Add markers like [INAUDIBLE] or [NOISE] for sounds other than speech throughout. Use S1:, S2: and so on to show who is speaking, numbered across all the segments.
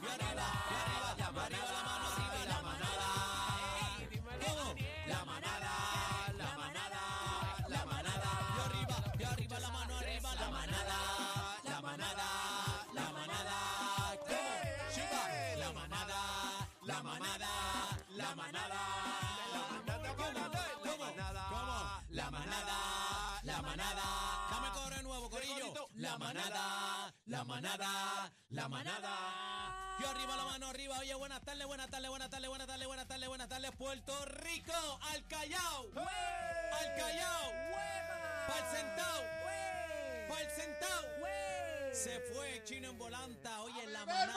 S1: manada La manada, la manada La manada ¿Cómo? La manada La manada La manada Y arriba, y arriba la mano arriba La manada La manada La manada ¿Cómo? Chica La manada La manada La manada ¿Cómo? ¿Cómo? ¿Cómo? La manada La manada Dame coro de nuevo, corillo La manada La manada La manada yo arriba la mano arriba, oye, buenas tardes, buenas tardes, buenas tardes, buenas tardes, buenas tardes, buenas tardes, Puerto Rico, al Callao, al Callao, pa'l Centao, pa'l Centao, se fue Chino en volanta, oye, en la manada.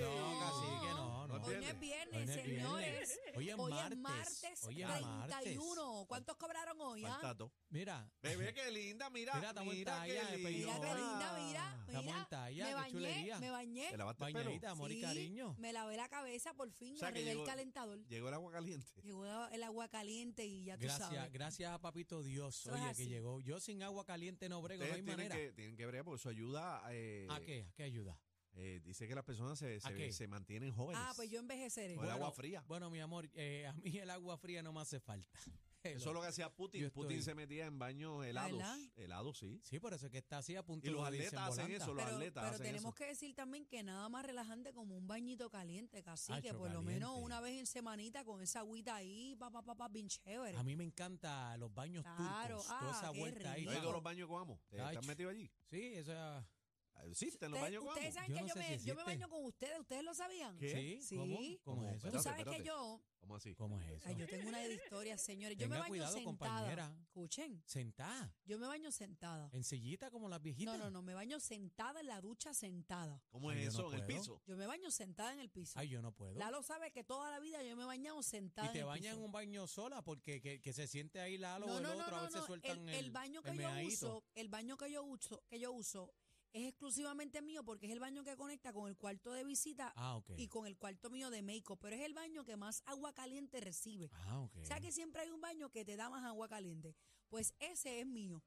S1: No, casi que no, no.
S2: Hoy no es viernes,
S1: Hoy no es viernes.
S2: señores.
S1: Hoy es martes, hoy es
S2: 31.
S1: martes.
S2: ¿Cuántos cobraron hoy? ah?
S1: Mira,
S3: Bebé, qué linda, mira.
S1: Mira, estamos en talla,
S3: qué
S1: de
S2: Mira qué
S1: Señora.
S2: linda, mira.
S1: Estamos en
S2: mira.
S1: talla, qué
S2: me bañé,
S1: chulería.
S2: me bañé.
S3: Te lavaste el pelo.
S1: bañadita, amor y
S2: Sí,
S1: cariño.
S2: Me lavé la cabeza por fin,
S3: O sea, que
S2: arreglé el
S3: llegó-
S2: calentador.
S3: Llegó el agua caliente.
S2: Llegó el agua caliente y ya tú
S1: Gracias,
S2: sabes.
S1: gracias a papito Dios,
S2: Eso es
S1: oye, que
S2: así.
S1: llegó. Yo sin agua caliente no brego, no hay
S3: Ustedes tienen
S1: manera.
S3: que, tienen que ver porque eso ayuda. eh,
S1: ¿A qué? ¿A qué ayuda?
S3: eh, dice que las personas se, se-
S1: qué?
S3: se mantienen jóvenes.
S2: Ah, pues yo envejeceré.
S3: Con el agua
S1: Bueno,
S3: fría.
S1: Bueno, mi amor, eh, a mí el agua fría no me hace falta. [LAUGHS]
S3: Eso es lo que hacía Putin.
S1: Yo estoy-
S3: Putin se metía en baños helados.
S2: ¿Verdad?
S3: Helados, sí.
S1: Sí, por eso es que está así a punto
S3: Y los
S1: de
S3: atletas hacen
S1: desenvolanta.
S3: eso, los
S2: pero,
S3: atletas
S2: pero
S3: hacen
S2: tenemos
S3: eso.
S2: que decir también que nada más relajante como un bañito caliente, casi que
S1: Hacho,
S2: por lo menos
S1: caliente.
S2: una vez en semanita con esa agüita ahí, pa, pa, pa, pa, bien chévere.
S1: A mí me encanta los baños
S2: Claro,
S1: turcos, toda
S2: ah,
S1: esa
S2: qué
S1: vuelta ahí.
S3: ¿No
S2: rico.
S3: has ido a
S1: mano.
S3: los baños con amo? ¿Te
S1: Ay,
S3: estás
S1: ch-
S3: metido allí?
S1: Sí, eso es...
S3: ¿Existen los
S2: Ustedes-
S3: baños con amo?
S2: ustedes saben
S1: Yo
S2: que
S1: no
S2: yo,
S1: sé
S2: me,
S1: si
S2: yo me
S1: existe.
S2: baño con ustedes, ¿ustedes lo sabían?
S3: ¿Qué?
S1: ¿Sí? ¿Cómo?
S2: Sí.
S1: ¿Cómo es
S3: Tú
S2: Tú
S1: eso?
S2: sabes
S3: espérate.
S2: que yo,
S3: ¿Cómo así?
S1: ¿Cómo es eso?
S2: ay, yo tengo una de historia, señores. Yo me
S1: Tenga
S2: baño
S1: cuidado,
S2: sentada.
S1: compañera.
S2: Escuchen,
S1: Sentada,
S2: yo me baño sentada.
S1: en sillita como las viejitas.
S2: No, no, no, me baño sentada en la ducha sentada.
S3: ¿Cómo
S1: Ay,
S3: es
S1: yo
S3: eso?
S1: no
S3: ¿En el
S1: puedo.
S3: piso?
S2: Yo me baño sentada en el piso.
S1: Ay, yo no puedo.
S2: Lalo sabe que toda la vida yo me he bañado sentada.
S1: Y te
S2: el
S1: bañas en
S2: piso.
S1: un baño sola porque que, que se siente ahí la ala o
S2: No,
S1: el
S2: no,
S1: otro,
S2: no,
S1: a
S2: no,
S1: veces
S2: no,
S1: sueltan
S2: el, el baño que
S1: el
S2: yo
S1: meadito.
S2: uso, el baño que yo uso, que yo uso es exclusivamente mío porque es el baño que conecta con el cuarto de visita
S1: Ah, ok.
S2: y con el cuarto mío de make pero es el baño que más agua caliente recibe.
S1: Ah, ok.
S2: O sea que siempre hay un baño que te da más agua caliente. Pues ese es mío.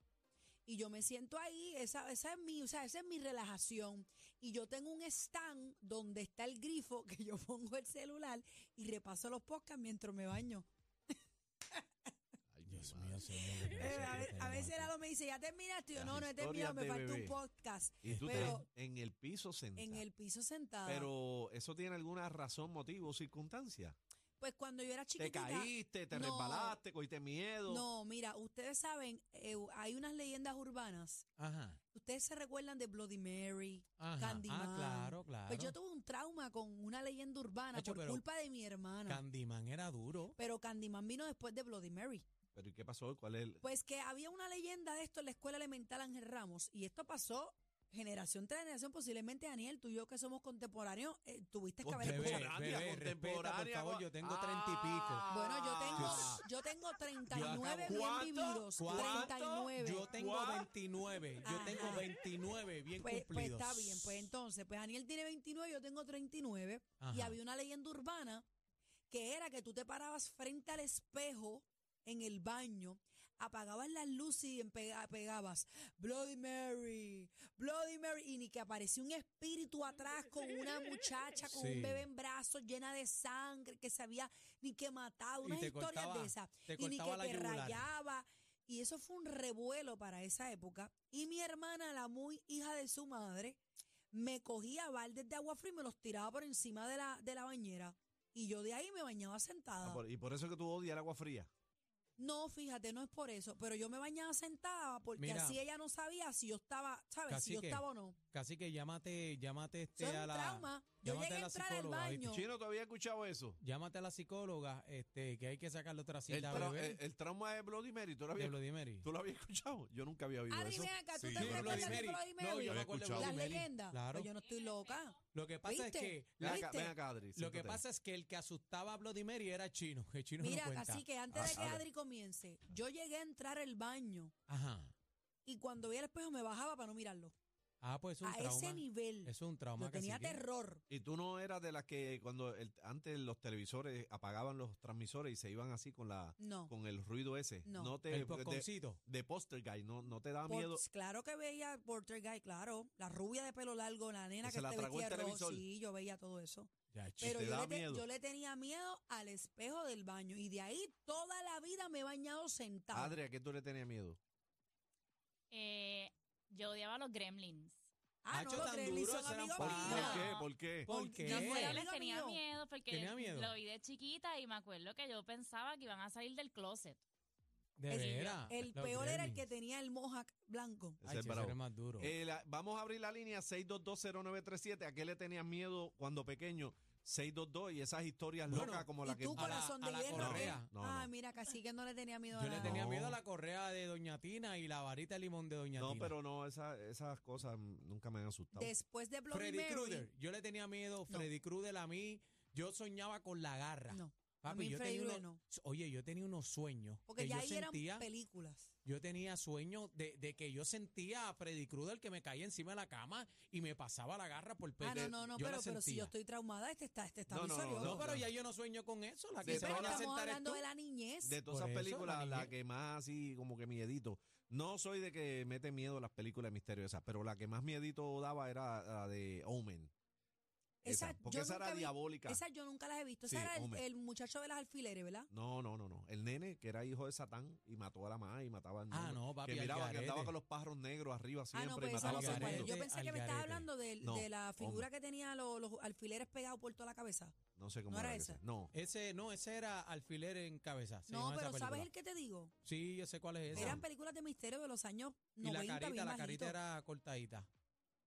S2: Y yo me siento ahí, esa, esa es mi, o sea, esa es mi relajación. Y yo tengo un stand donde está el grifo que yo [LAUGHS] pongo el celular y repaso los podcasts mientras me baño.
S3: Ay, mi
S1: Dios
S3: madre.
S1: mío, señor. lo que me
S2: Eh,
S1: hace
S2: a, ve-
S1: este
S2: a veces
S1: animal.
S2: Lalo me dice, ya terminaste. Yo,
S3: Las
S2: no, no he
S3: historias
S2: terminado, me
S3: de
S2: falta un
S3: bebé.
S2: podcast.
S3: Y tú
S2: Pero-
S3: te en el piso sentado.
S2: En el piso sentado.
S3: Pero eso tiene alguna razón, motivo, circunstancia.
S2: pues cuando yo era
S3: Te
S2: chiquitita.
S3: caíste, te
S2: No.
S3: resbalaste, cogiste miedo.
S2: No, mira, ustedes saben, eh, hay unas leyendas urbanas.
S1: Ajá,
S2: Ustedes se recuerdan de Bloody Mary.
S1: ajá. Ah,
S2: Candyman.
S1: claro, claro.
S2: Pues yo tuve un trauma con una leyenda urbana
S1: Hacho,
S2: por
S1: pero-
S2: culpa de mi hermana.
S1: Candyman era duro.
S2: pero Candyman vino después de Bloody Mary.
S3: ¿Pero y qué pasó? ¿Cuál es el...?
S2: Pues que había una leyenda de esto en la escuela elemental Ángel Ramos. Y esto pasó generación tras generación. Posiblemente, Daniel, tú y yo que somos contemporáneos, eh, tuviste que haber
S1: Pues Bebé,
S2: escuchado.
S3: Contemporánea,
S1: bebé, respeta, por favor, yo tengo
S3: Ah.
S1: treinta y pico.
S2: Bueno, yo tengo,
S3: Ah.
S2: yo tengo 39 bien
S3: ¿Cuánto?
S2: vividos.
S1: ¿Cuánto?
S2: 39.
S1: Yo tengo
S3: ¿What?
S1: 29, yo tengo
S2: Ajá.
S1: 29 bien
S2: Pues, pues
S1: cumplidos.
S2: está bien, pues entonces, pues Daniel tiene 29, yo tengo 39. Y
S1: Ajá.
S2: había una leyenda urbana que era que tú te parabas frente al espejo en el baño, apagabas las luces y empe- pegabas Bloody Mary, Bloody Mary, y ni que aparecía un espíritu atrás con una muchacha con
S1: Sí.
S2: un bebé en brazos llena de sangre que se había ni que matado,
S1: Y
S2: unas
S1: te
S2: historias
S1: cortaba-
S2: de esas,
S1: te
S2: y ni que
S1: cortaba la
S2: te
S1: yugular.
S2: rayaba. Y eso fue un revuelo para esa época. Y mi hermana, la muy hija de su madre, me cogía baldes de agua fría y me los tiraba por encima de la, de la bañera. Y yo de ahí me bañaba sentada.
S1: Ah,
S3: Ah, por- y por eso que tú odias el agua fría.
S2: No, fíjate, no es por eso, pero yo me bañaba sentada porque
S1: Mira.
S2: así ella no sabía si yo estaba, ¿sabes? si yo
S1: Cacique,
S2: estaba o no.
S1: Casi que llámate, llámate este
S2: Eso es
S1: a
S2: un
S1: la.
S2: trauma. Yo
S1: llámate
S2: llegué
S1: a
S2: a
S1: la
S2: entrar al
S1: psicóloga, ¿viste?
S2: baño.
S3: Chino, todavía he escuchado eso.
S1: Llámate a la psicóloga, este, que hay que sacarle otra
S3: El,
S1: cita a
S3: tra- eh,
S1: bebé
S3: el- el trauma de Bloody Mary, ¿tú lo
S1: de
S3: habías,
S1: Bloody Mary.
S3: tú lo habías escuchado? Yo nunca había oído
S2: Adri,
S3: eso.
S2: ven acá,
S4: Sí,
S2: ¿tú te
S4: yo lo
S2: acuerdas
S4: vi.
S2: de
S1: Mary.
S2: Bloody
S1: No,
S2: Mary?
S1: yo me
S4: Había
S1: acuerdo de
S4: escuchado.
S2: Las
S1: Bloody Mary.
S2: leyendas.
S1: Claro.
S2: Pues yo no estoy loca.
S1: Lo que pasa
S2: ¿Viste?
S1: es que
S3: Ven acá,
S2: ¿Viste?
S3: ven acá, Adri.
S1: Lo que
S3: siéntate.
S1: pasa es que el que asustaba a Bloody Mary era chino. El chino no
S2: Mira,
S1: cuenta.
S2: así que antes
S3: Ah,
S2: de que
S3: sabe.
S2: Adri comience, yo llegué a entrar al baño
S1: Ajá.
S2: y cuando veía el espejo me bajaba para no mirarlo.
S1: Ah, pues es un
S2: A
S1: trauma.
S2: ese nivel.
S1: Es un trauma.
S2: Yo tenía
S1: cacique.
S2: terror.
S3: Y tú no eras de las que cuando el- antes los televisores apagaban los transmisores y se iban así con la
S2: No.
S3: con el ruido ese.
S2: No.
S3: te
S1: El
S3: de,
S1: posconcito.
S3: de poster guy, no, no te da
S2: Por-
S3: miedo.
S2: claro que veía Porter Guy, claro. La rubia de pelo largo, la nena
S3: Que
S2: que,
S3: se la
S2: te
S3: tragó el
S2: vestía de rojo.
S3: televisor.
S2: Sí, yo veía todo eso.
S1: Ya, chi-
S2: Pero
S3: te
S2: yo
S3: da
S2: le, te-
S3: miedo.
S2: yo le tenía miedo al espejo del baño. Y de ahí toda la vida me he bañado sentada.
S3: Adri, ¿a qué tú le tenías miedo?
S5: Eh, yo odiaba a los gremlins.
S2: ah, no,
S1: Hacho,
S2: los
S1: tan
S2: Gremlins
S1: duro,
S2: son
S1: eran
S2: amigos
S1: pa-
S3: ¿Por
S5: No.
S2: míos.
S3: qué? ¿Por qué?
S1: ¿Por
S2: yo
S1: qué?
S5: Yo
S2: fuera-
S5: fue-
S2: amigo
S5: les tenía
S2: mío.
S5: miedo porque
S1: ¿Tenía miedo?
S5: lo vi de chiquita y me acuerdo que yo pensaba que iban a salir del closet.
S1: De
S5: el-
S1: veras.
S2: El
S1: Los
S2: peor era el que
S1: gremlins.
S2: tenía el mohawk blanco.
S1: Ay,
S3: Ese es
S1: chi, ese
S3: bravo.
S1: era más duro.
S3: Eh, la- vamos a abrir la línea 6220937. ¿A qué le tenías miedo cuando pequeño? 622 y esas historias
S1: Bueno,
S3: locas como la
S2: Y
S3: que...
S2: tú,
S1: A la-
S2: corazón
S1: a la
S2: de hierro.
S1: correa.
S2: ¿qué?
S3: No,
S2: ah,
S3: no.
S2: mira, casi que no le tenía miedo a
S1: Yo le
S2: nada.
S1: tenía
S3: No.
S1: miedo a la correa de Doña Tina y la varita de limón de Doña
S3: no,
S1: Tina.
S3: pero no, esa- esas cosas mm, nunca me han asustado.
S2: Después de Bloody
S1: Freddy
S2: Mary.
S1: Krueger. Yo le tenía miedo.
S2: No.
S1: Freddy Krueger a mí. Yo soñaba con la garra.
S2: No.
S1: Papi,
S2: a mí
S1: yo
S2: Freddy
S1: tenía
S2: Krueger
S1: unos-
S2: no.
S1: Oye, yo tenía unos sueños.
S2: Porque
S1: que
S2: ya
S1: yo
S2: ahí
S1: sentía,
S2: eran películas.
S1: Yo tenía sueños de, de que yo sentía a Freddy Krueger que me caía encima de la cama y me pasaba la garra por el pecho.
S2: Ah, no, no, no,
S1: Yo la
S2: pero, pero si
S1: sentía.
S2: yo estoy traumada, este está, este está
S3: No,
S2: muy
S3: no, no,
S2: serio.
S1: No, pero ya yo no sueño con eso. La
S3: Sí,
S1: que se
S2: pero
S3: van
S1: van a
S2: estamos
S1: sentar es
S2: hablando
S1: tú.
S2: de la niñez.
S3: De todas esas
S1: Por eso,
S3: películas,
S1: la
S3: la,
S1: niñez.
S3: que más así, como que miedito. No soy de que mete miedo las películas de misterio esas, pero la que más miedito daba era la de Omen. Esa,
S2: Esa-
S3: porque
S2: yo
S3: esa era
S2: nunca vi-
S3: diabólica.
S2: Esas yo nunca las he visto.
S3: Sí,
S2: Ese era el,
S3: hombre.
S2: el muchacho de las alfileres, ¿verdad?
S3: No, no, no, no. El nene que era hijo de Satán y mató a la mamá y mataba al
S1: Ah,
S3: nene.
S1: no, papi.
S3: Que
S1: al
S3: miraba, que
S1: garete.
S3: andaba con los pájaros negros arriba siempre
S2: ah, no, pues
S3: y
S2: esa
S3: mataba
S2: no
S3: a
S1: al
S2: sé
S3: todo el
S2: cuál es.
S3: mundo.
S2: Yo
S1: garete,
S2: pensé
S1: al
S2: que me estaba
S1: garete.
S2: hablando de,
S3: No,
S2: de la figura que tenía los, los alfileres pegados por toda la cabeza.
S3: No sé cómo
S2: ¿No
S3: era,
S2: era
S3: ese.
S2: esa?
S3: No.
S1: Ese, no, ese era alfiler en cabeza. se
S2: no,
S1: llama esa
S2: pero ¿sabes
S1: película.
S2: el que te digo?
S1: Sí, yo sé cuál es ese.
S2: Eran películas de misterio de los años
S1: Y
S2: 90,
S1: la carita,
S2: bien
S1: la
S2: bajito.
S1: carita era cortadita.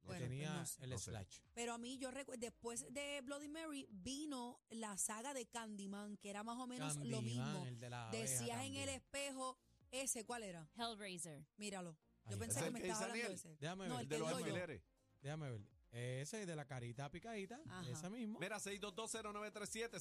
S3: No
S2: Bueno,
S3: sé.
S1: tenía
S2: pues no sé.
S1: el
S3: No sé.
S1: slash.
S2: Pero a mí, yo recuerdo, después de Bloody Mary vino la saga de Candyman, que era más o menos lo
S1: Candyman,
S2: mismo.
S1: el de la abeja
S2: Decías en el
S1: Candyman.
S2: espejo, ese, ¿cuál era?
S5: Hellraiser.
S2: Míralo.
S1: Ahí
S2: Yo
S1: está.
S3: ¿Ese
S2: pensé que
S3: es
S2: me
S3: el que
S2: estaba
S3: dice
S2: hablando de
S3: Aniel?
S2: ese.
S1: Déjame
S2: No,
S1: ver.
S2: el
S3: El de
S2: que
S3: los
S2: digo yo.
S3: alfileres.
S1: Déjame ver. Ese de la carita picadita.
S2: Ajá.
S1: Ese mismo.
S3: Mira, 6220937,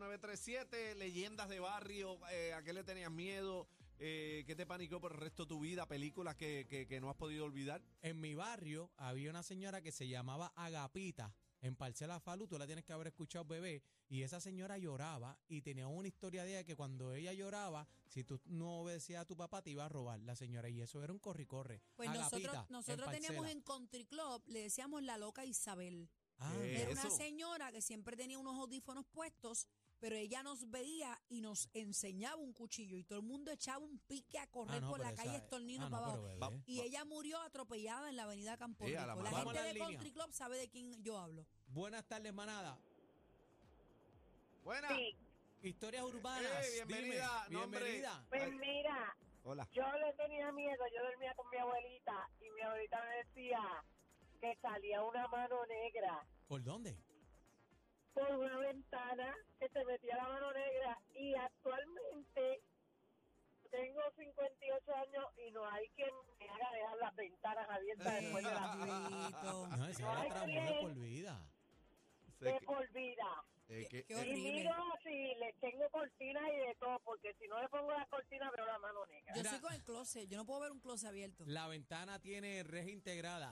S3: 6220937, leyendas de barrio, eh, a qué le tenías miedo, eh, qué te panicó por el resto de tu vida, películas que, que- que no has podido olvidar.
S1: En mi barrio había una señora que se llamaba Agapita. En Parcela Falú, tú la tienes que haber escuchado, bebé. Y esa señora lloraba y tenía una historia de ella que cuando ella lloraba, si tú no obedecías a tu papá, te iba a robar la señora. Y eso era un corre-corre.
S2: Pues
S1: Agapita,
S2: nosotros,
S1: en
S2: nosotros teníamos
S1: Parcela.
S2: en Country Club, le decíamos la loca Isabel.
S1: Ah,
S3: ¿Qué
S2: Era una
S3: eso?
S2: señora que siempre tenía unos audífonos puestos, pero ella nos veía y nos enseñaba un cuchillo y todo el mundo echaba un pique a correr
S1: ah, no,
S2: por la
S1: pero
S2: calle
S1: esa-
S2: estornino
S1: ah, no,
S2: para abajo.
S1: pero bebé.
S3: Vamos.
S2: Y ella murió atropellada en la avenida Campo
S3: Eh, a la
S2: Rico. La,
S3: mamá.
S1: Vamos a la
S2: gente de
S1: línea.
S2: Country Club sabe de quién yo hablo.
S1: Buenas tardes, manada.
S3: Buena.
S6: Sí,
S1: Historias urbanas.
S3: Eh, bienvenida,
S1: Dime,
S3: nombre.
S1: bienvenida.
S6: pues
S3: Ay.
S6: mira,
S3: Hola.
S6: yo le tenía miedo, yo dormía con mi abuelita y mi abuelita me decía que salía una mano negra
S1: ¿Por dónde?
S6: por una ventana, que se metía la mano negra y actualmente tengo 58 años y no hay quien me haga dejar las ventanas
S2: Eh,
S6: abiertas después de
S2: [LAUGHS]
S6: las
S2: Bendito.
S1: No, esa
S6: Ay,
S1: era trauma de
S6: bien.
S1: por vida.
S3: Se-
S6: de por vida.
S3: eh, que-
S2: qué
S3: eh,
S6: Y
S2: Horrible.
S6: digo si le tengo cortinas y de todo, porque si no le pongo las cortinas veo la mano negra.
S2: Yo
S1: Mira.
S2: soy con el closet, yo no puedo ver un closet abierto.
S1: La ventana tiene red integrada.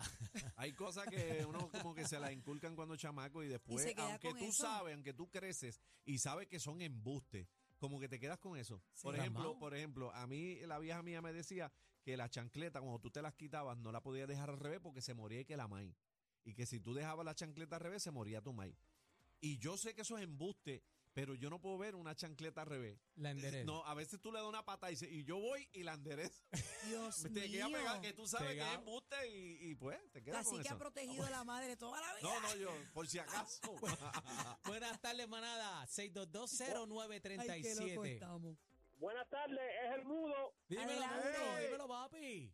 S3: hay cosas que uno como que se las inculcan cuando es chamaco y después,
S2: se queda
S3: aunque
S2: con
S3: tú
S2: eso.
S3: sabes, aunque tú creces y sabes que son embustes, como que te quedas con eso.
S2: Sí.
S3: Por ejemplo,
S1: Ramao.
S3: por ejemplo, a mí la vieja mía me decía que la chancleta cuando tú te las quitabas no la podías dejar al revés porque se moría y que la maíz. Y que si tú dejabas la chancleta al revés se moría tu maíz. Y yo sé que eso es embuste, pero yo no puedo ver una chancleta al revés.
S1: La endereza.
S3: No, a veces tú le das una pata y, dices, y yo voy y la enderezo. [LAUGHS]
S2: Dios
S3: Te queda
S2: mío.
S3: pegado, que tú sabes que
S1: Pegado.
S3: es embuste y, y pues te quedas
S2: Así
S3: con
S2: que
S3: eso.
S2: ha protegido a la madre toda la vida.
S3: No, no, yo, por si acaso.
S1: Buenas tardes, manada.
S2: Ay, qué loco
S1: 6220937.
S2: estamos.
S6: Buenas tardes, es el mudo.
S1: Dímelo,
S2: Adelante.
S1: Pedro, dímelo, papi.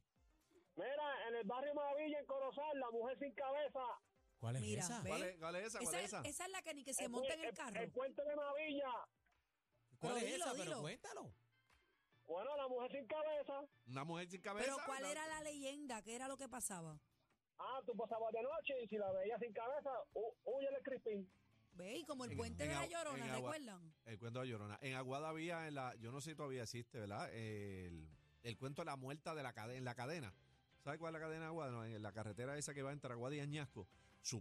S6: Mira, en el barrio Maravilla, en Corozal, la mujer sin cabeza.
S1: ¿Cuál es
S2: Mira,
S1: esa?
S3: [LAUGHS]
S2: ve.
S3: ¿Cuál es, cuál es esa? ¿Cuál
S2: Esa,
S3: es esa?
S2: esa es la que ni que se monta en el carro.
S6: puente de Maravilla.
S1: ¿Cuál
S2: Pero
S1: es
S2: dilo,
S1: esa?
S2: dilo.
S1: Pero cuéntalo.
S6: Bueno, la mujer sin cabeza.
S3: Una mujer sin cabeza.
S2: Pero ¿cuál
S3: la-
S2: era la leyenda? ¿Qué era lo que pasaba?
S6: Ah, tú pasabas de noche y si la veías sin cabeza, hu- huye del crispín.
S2: Ve, y como el
S3: En-
S2: puente
S3: en
S2: de la
S3: Agua- en
S2: Llorona,
S3: Agua-
S2: ¿recuerdan?
S3: El cuento de la Llorona. En Aguada había, en la, yo no sé si todavía existe, ¿verdad? El, el cuento de la muerta de la cadena, en la cadena. ¿Sabes cuál es la cadena de Aguada? No, en la carretera esa que va entre Aguada y Añasco.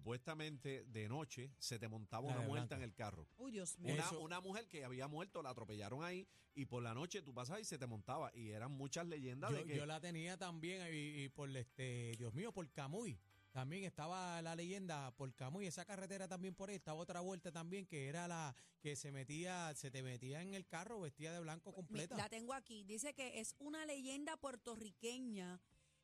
S3: Supuestamente de noche se te montaba
S1: La
S3: una
S1: de
S3: muerta en
S1: blanco.
S3: el carro.
S2: Uy, Dios mío.
S3: Una,
S1: Eso.
S3: una mujer que había muerto, la atropellaron ahí y por la noche tú pasabas y se te montaba. Y eran muchas leyendas de
S1: Yo,
S3: que...
S1: yo la tenía también y, y por este, Dios mío, por Camuy. También estaba la leyenda por Camuy, esa carretera también por ahí, estaba otra vuelta también que era la que se metía, se te metía en el carro vestida de blanco
S2: Mi-
S1: completa.
S2: Pues, La tengo aquí. Dice que es una leyenda puertorriqueña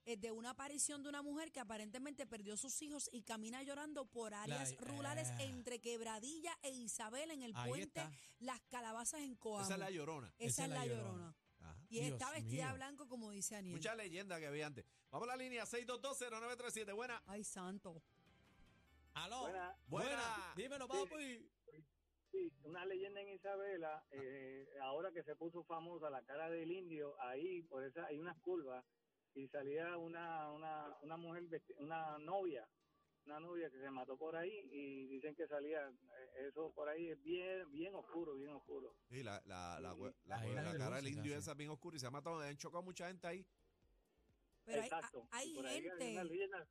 S2: eh, de una aparición de una mujer que aparentemente perdió sus hijos y camina llorando por áreas
S1: eh.
S2: rurales entre Quebradilla e Isabel en el
S1: ahí
S2: puente
S1: está.
S2: Las Calabazas en Coamo.
S3: Esa es la Llorona.
S2: Esa es la llorona.
S3: Ajá.
S2: Y
S1: Dios
S2: está vestida de
S1: mío.
S2: blanco como dice Aniel.
S3: Muchas leyendas que había antes. Vamos a la línea 6220937. Buena.
S2: Ay, santo.
S1: Aló.
S4: Buena.
S3: Buena.
S1: Dímelo, papi.
S4: Sí, una leyenda en Isabela, eh, ahora que se puso famosa la cara del indio, ahí por esa hay unas curvas y salía una, una, una mujer, vesti- una novia, una novia que se mató por ahí y dicen que salía, eh, eso por ahí es bien, bien oscuro, bien oscuro.
S3: Sí, la, la, la, hue- la,
S1: Ahí
S3: hue-
S1: la
S3: la
S1: de
S3: cara
S1: Lucy,
S3: del indio
S1: casi.
S3: esa es bien oscura y se ha matado, han chocado mucha gente ahí.
S2: Pero hay,
S4: Exacto.
S2: hay-
S4: Y
S2: hay
S4: por ahí
S2: gente,
S4: una leyenda.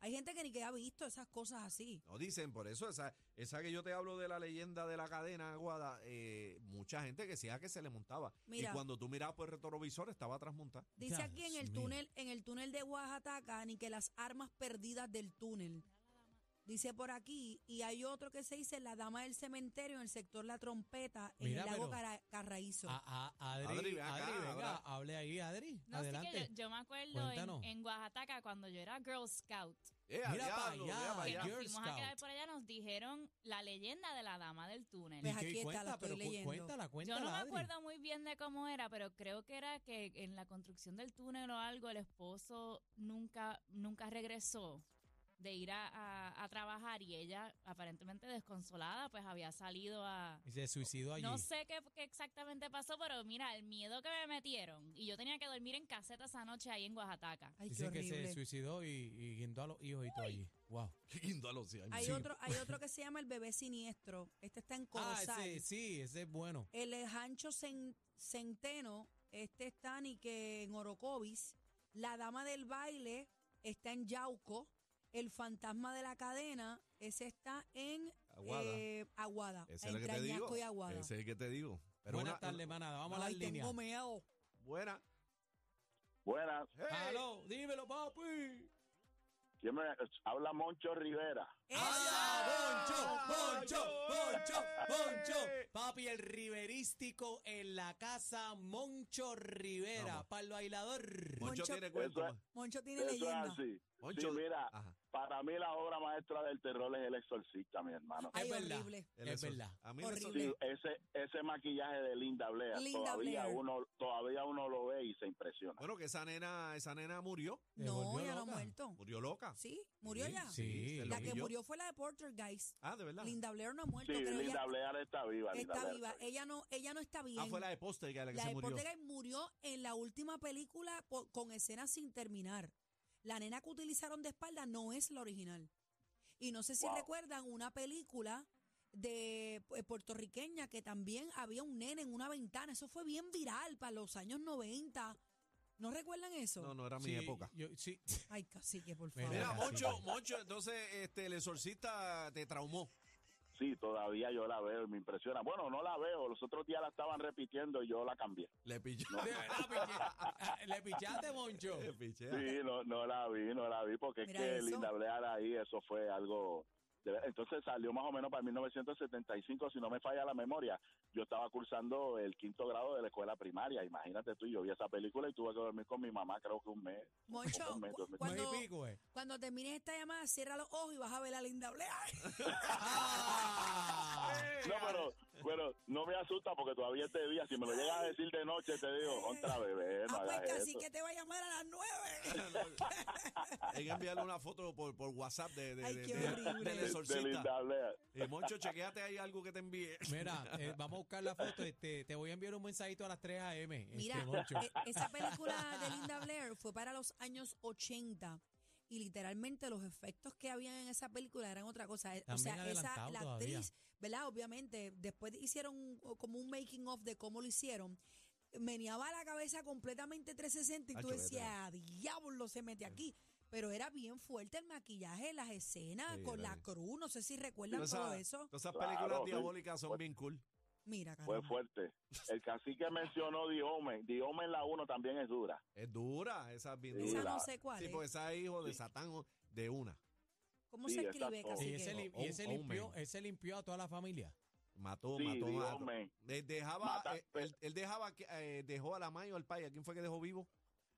S2: hay gente que ni que ha visto esas cosas así.
S3: No dicen, por eso esa, esa que yo te hablo de la leyenda de la cadena aguada, eh, mucha gente que decía que se le montaba.
S2: Mira.
S3: Y cuando tú mirabas por el retrovisor estaba transmontada.
S2: Dice
S1: Ya,
S2: aquí en
S1: Dios
S2: el
S1: mío.
S2: túnel, en el túnel de Oaxaca, ni que las armas perdidas del túnel. Dice por aquí, y hay otro que se dice la dama del cementerio en el sector La Trompeta, en
S1: Mira,
S2: el lago
S1: pero- Ah,
S2: Cara- Carraízo.
S1: A, a- Adri,
S3: Adri,
S1: Adri,
S3: ven acá,
S1: venga,
S3: ahora.
S1: hable ahí, Adri.
S5: No, sí que
S1: Adelante.
S5: yo, yo me acuerdo
S1: Cuéntanos.
S5: en, en Oaxaca cuando yo era Girl Scout.
S3: Eh,
S1: Mira
S3: al
S1: pa'
S3: diablo,
S1: allá.
S3: mira pa'
S5: Que
S3: allá.
S5: nos
S1: Girl
S5: fuimos a quedar
S1: Scout.
S5: por allá, nos dijeron la leyenda de la dama del túnel.
S1: Ni
S2: Pues
S1: que-
S2: aquí está, la estoy
S1: pero cu-
S2: leyendo.
S1: Cuéntala,
S5: Yo
S1: cuéntala,
S5: no me
S1: Adri.
S5: acuerdo muy bien de cómo era, pero creo que era que en la construcción del túnel o algo, el esposo nunca, nunca regresó de ir a, a- a trabajar y ella, aparentemente desconsolada, pues había salido a...
S1: Y se suicidó allí.
S5: No sé qué, qué exactamente pasó, pero mira, el miedo que me metieron. Y yo tenía que dormir en caseta esa noche ahí en Oaxaca.
S2: Ay, qué
S1: Dicen que se
S2: horrible.
S1: suicidó y, y guindó a los hijos y todo allí. Wow.
S3: [LAUGHS] Qué lindo a los cien.
S2: Hay
S1: Sí.
S2: otro,
S1: [LAUGHS]
S2: hay otro que se llama el bebé siniestro. Este está en
S1: Ah,
S2: Corozal.
S1: ese, sí, ese es bueno.
S2: El eh, Hancho Cen- Centeno, este está ni que en Orocovis. La dama del baile está en Yauco. El fantasma de la cadena, ese está en
S3: Aguada.
S2: eh, Aguada.
S3: Ese es el que
S2: entre
S3: te
S2: Añasco
S3: digo.
S2: y Aguada.
S3: Ese es el que te digo. Pero
S1: Buenas
S3: una-
S1: tardes, manada. Vamos a
S2: Ay,
S1: las líneas.
S2: tengo miedo.
S3: Buena.
S7: Buenas,
S3: Hey.
S1: Aló, dímelo, papi.
S7: yo me- habla Moncho Rivera.
S3: Ah,
S2: Ah,
S3: ¡Hala,
S1: ¡Poncho,
S2: ¡Eso!
S1: poncho, poncho,
S3: ¡Eh!
S1: poncho! Papi, el riverístico en la casa Moncho Rivera.
S3: Vamos.
S1: Para el bailador.
S3: Moncho
S2: Moncho-
S3: tiene cuento.
S7: Eso
S2: Moncho tiene
S7: Eso es
S2: leyenda.
S7: así. Sí,
S3: Moncho. Ah.
S7: mira,
S3: Ajá,
S7: para mí la obra maestra del terror es El Exorcista, mi hermano.
S2: Ay,
S1: Es verdad.
S2: horrible.
S3: el
S1: Es
S3: exor-
S1: verdad.
S3: A mí me
S2: Horrible.
S3: sorprendió.
S7: Sí, ese ese maquillaje de Linda Blair,
S2: Linda
S7: todavía
S2: Blair.
S7: uno todavía uno lo ve y se impresiona.
S3: Bueno, que esa nena, esa nena murió.
S1: Se
S2: No,
S1: volvió
S2: ya no ha
S1: loca.
S2: muerto.
S3: Murió loca.
S2: Sí, murió ya.
S1: Sí,
S3: se lo
S2: La que
S3: vi yo.
S2: murió fue la de Porter, guys.
S3: Ah, de verdad.
S2: Linda Blair no ha muerto,
S7: Sí,
S2: pero
S7: Linda
S2: ella
S7: Blair está viva. Linda
S2: está
S7: Blair
S2: viva. eh.
S7: viva.
S2: Ella no, ella no está bien.
S3: Ah, fue la de Poster que la que
S2: La
S3: se
S2: de
S3: murió.
S2: Porter Gay murió en la última película po- con escenas sin terminar. La nena que utilizaron de espalda no es la original. Y no sé si
S7: Wow.
S2: recuerdan una película de eh, puertorriqueña que también había un nene en una ventana. Eso fue bien viral para los años 90. ¿No recuerdan eso?
S3: No, no era mi
S1: Sí,
S3: época.
S1: yo- sí.
S2: Ay, cacique, por
S1: Mira,
S2: favor.
S3: Mira,
S1: Ah,
S3: Moncho,
S1: sí.
S3: Moncho, entonces este, el exorcista te traumó.
S7: Sí, todavía yo la veo y me impresiona. Bueno, no la veo, los otros días la estaban repitiendo y yo la cambié.
S3: Le pilló.
S1: De verdad,
S3: [LAUGHS]
S1: piché- Ah, le pichaste, Moncho.
S3: Le piché.
S7: Sí, no, no la vi, no la vi porque
S2: Mira
S7: es que
S2: eso.
S7: Linda Blair ahí eso fue algo De ver- Entonces salió más o menos para 1975, si no me falla la memoria. Yo estaba cursando el quinto grado de la escuela primaria, imagínate tú, yo vi esa película y tuve que dormir con mi mamá creo que un mes.
S2: Moncho,
S7: Un mes,
S2: cu-
S7: dos meses.
S2: cuando,
S1: Nueve y pico, eh.
S2: cuando termines esta llamada, cierra los ojos y vas a ver la linda Blair.
S3: [LAUGHS]
S1: Ah.
S7: No, pero, pero no me asusta porque todavía este día, si me lo llegas a decir de noche, te digo, contra bebé, no
S2: ah, pues
S7: hagas
S2: casi
S7: eso.
S2: que te va a llamar a las nueve.
S3: Hay que enviarle una foto por, por WhatsApp de, de,
S2: Ay,
S3: de-
S2: qué
S3: de-
S2: horrible.
S3: del
S7: De- de
S3: exorcista.
S7: Linda Blair.
S3: Y Moncho, chequeate ahí algo que te envíe.
S1: Mira, eh, vamos a buscar la foto. Este, te voy a enviar un mensajito a las 3 a.m.
S2: Mira,
S1: este, Moncho.
S2: e- esa película de Linda Blair fue para los años 80 y literalmente los efectos que habían en esa película eran otra cosa. Eh, O
S1: También
S2: sea, esa,
S1: adelantado
S2: la
S1: todavía.
S2: actriz, ¿verdad? Obviamente, después hicieron un- como un making of de cómo lo hicieron. Meneaba la cabeza completamente 360 y tú
S3: Acho, vete.
S2: decías, "Ah, diablo, se mete aquí. Pero era bien fuerte el maquillaje, las escenas,
S3: Sí,
S2: con
S3: era
S2: la
S3: bien.
S2: cruz, no sé si recuerdan
S3: Todas
S2: todo
S3: esas,
S2: eso.
S3: todas esas
S7: Claro,
S3: películas
S7: sí.
S3: diabólicas son bien cool.
S2: Mira,
S7: Fue
S2: caramba.
S7: fuerte. El cacique mencionó Diomen. Diomen la 1 también es dura.
S3: Es dura, esa es bien
S7: Sí,
S2: Esa
S3: dura.
S2: no
S7: la-
S2: sé cuál
S3: Sí,
S2: es.
S3: porque esa es hijo de
S7: Sí.
S3: Satán o- de una.
S2: ¿Cómo
S7: Sí,
S2: se escribe,
S7: exacto.
S1: Y
S2: cacique?
S1: ese, li- y
S3: Oh,
S1: ese
S3: oh,
S1: limpió,
S3: man.
S1: ese limpió a toda la familia.
S3: Mató,
S7: Sí,
S3: mató, mató.
S7: Diomen.
S3: Él dejaba,
S7: Mata- pues.
S3: eh, él, él dejaba, que- eh, dejó a la May o al Paya. ¿Quién fue que dejó vivo?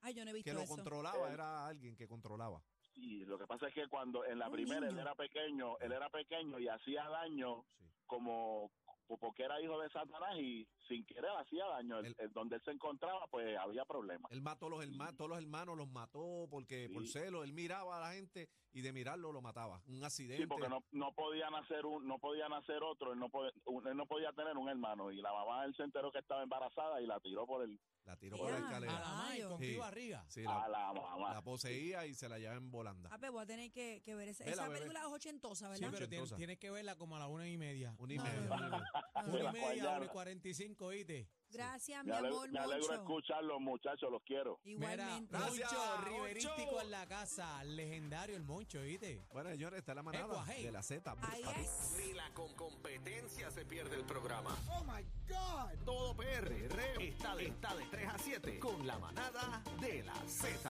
S2: Ay, yo no he visto
S3: Que lo
S2: eso.
S3: controlaba,
S7: Él.
S3: era alguien que controlaba.
S7: Sí, lo que pasa es que cuando en la
S2: Un
S7: primera él
S2: niño.
S7: era pequeño, él era pequeño y hacía daño
S3: Sí.
S7: como po- porque era hijo de Satanás y sin querer hacía daño. El-
S3: Él-
S7: el- donde él se encontraba, pues había problemas.
S3: Él mató a los hermanos,
S7: Sí.
S3: todos los hermanos los mató porque por
S7: Sí.
S3: celo, él miraba a la gente y de mirarlo lo mataba. Un accidente.
S7: Sí, porque no, no podían hacer un, no podían hacer otro, él no, po- un- él no podía tener un hermano y la mamá él se enteró que estaba embarazada y la tiró por el
S3: La tiró por la
S2: Ah.
S1: A
S3: escalera.
S1: la May,
S2: Rayos.
S1: con
S3: Sí.
S1: tu barriga.
S3: Sí, la,
S7: a la mamá.
S3: la poseía y se la llevaba en volanda.
S2: Ah, pues voy a tener que, que ver esa,
S3: Vela,
S2: esa
S3: bebé.
S2: película es ochentosa,
S1: Sí,
S2: ¿verdad?
S1: pero tien-
S3: Ochentosa.
S1: tienes que verla como a la una y media.
S3: Una y
S2: No,
S3: media.
S2: no,
S3: una y media.
S2: Ah,
S1: Una y
S7: la
S1: media,
S7: guayaba.
S1: una y cuarenta y cinco, ¿oíste?
S2: Gracias, Ah, mi
S7: Me alegro,
S2: amor,
S7: me alegro
S2: Moncho.
S7: escucharlos muchachos, los quiero.
S1: Mira,
S2: Igualmente.
S3: Gracias,
S1: Moncho,
S3: Moncho.
S1: riverístico en la casa, legendario el Moncho, ¿oíste?
S3: Bueno, señores, está la manada
S1: Ecua, hey.
S3: de la Z.
S2: Ahí es.
S8: Ni la con competencia se pierde el programa. Oh my God. Todo PR está de, está de 3 a 7 con la manada de la Z.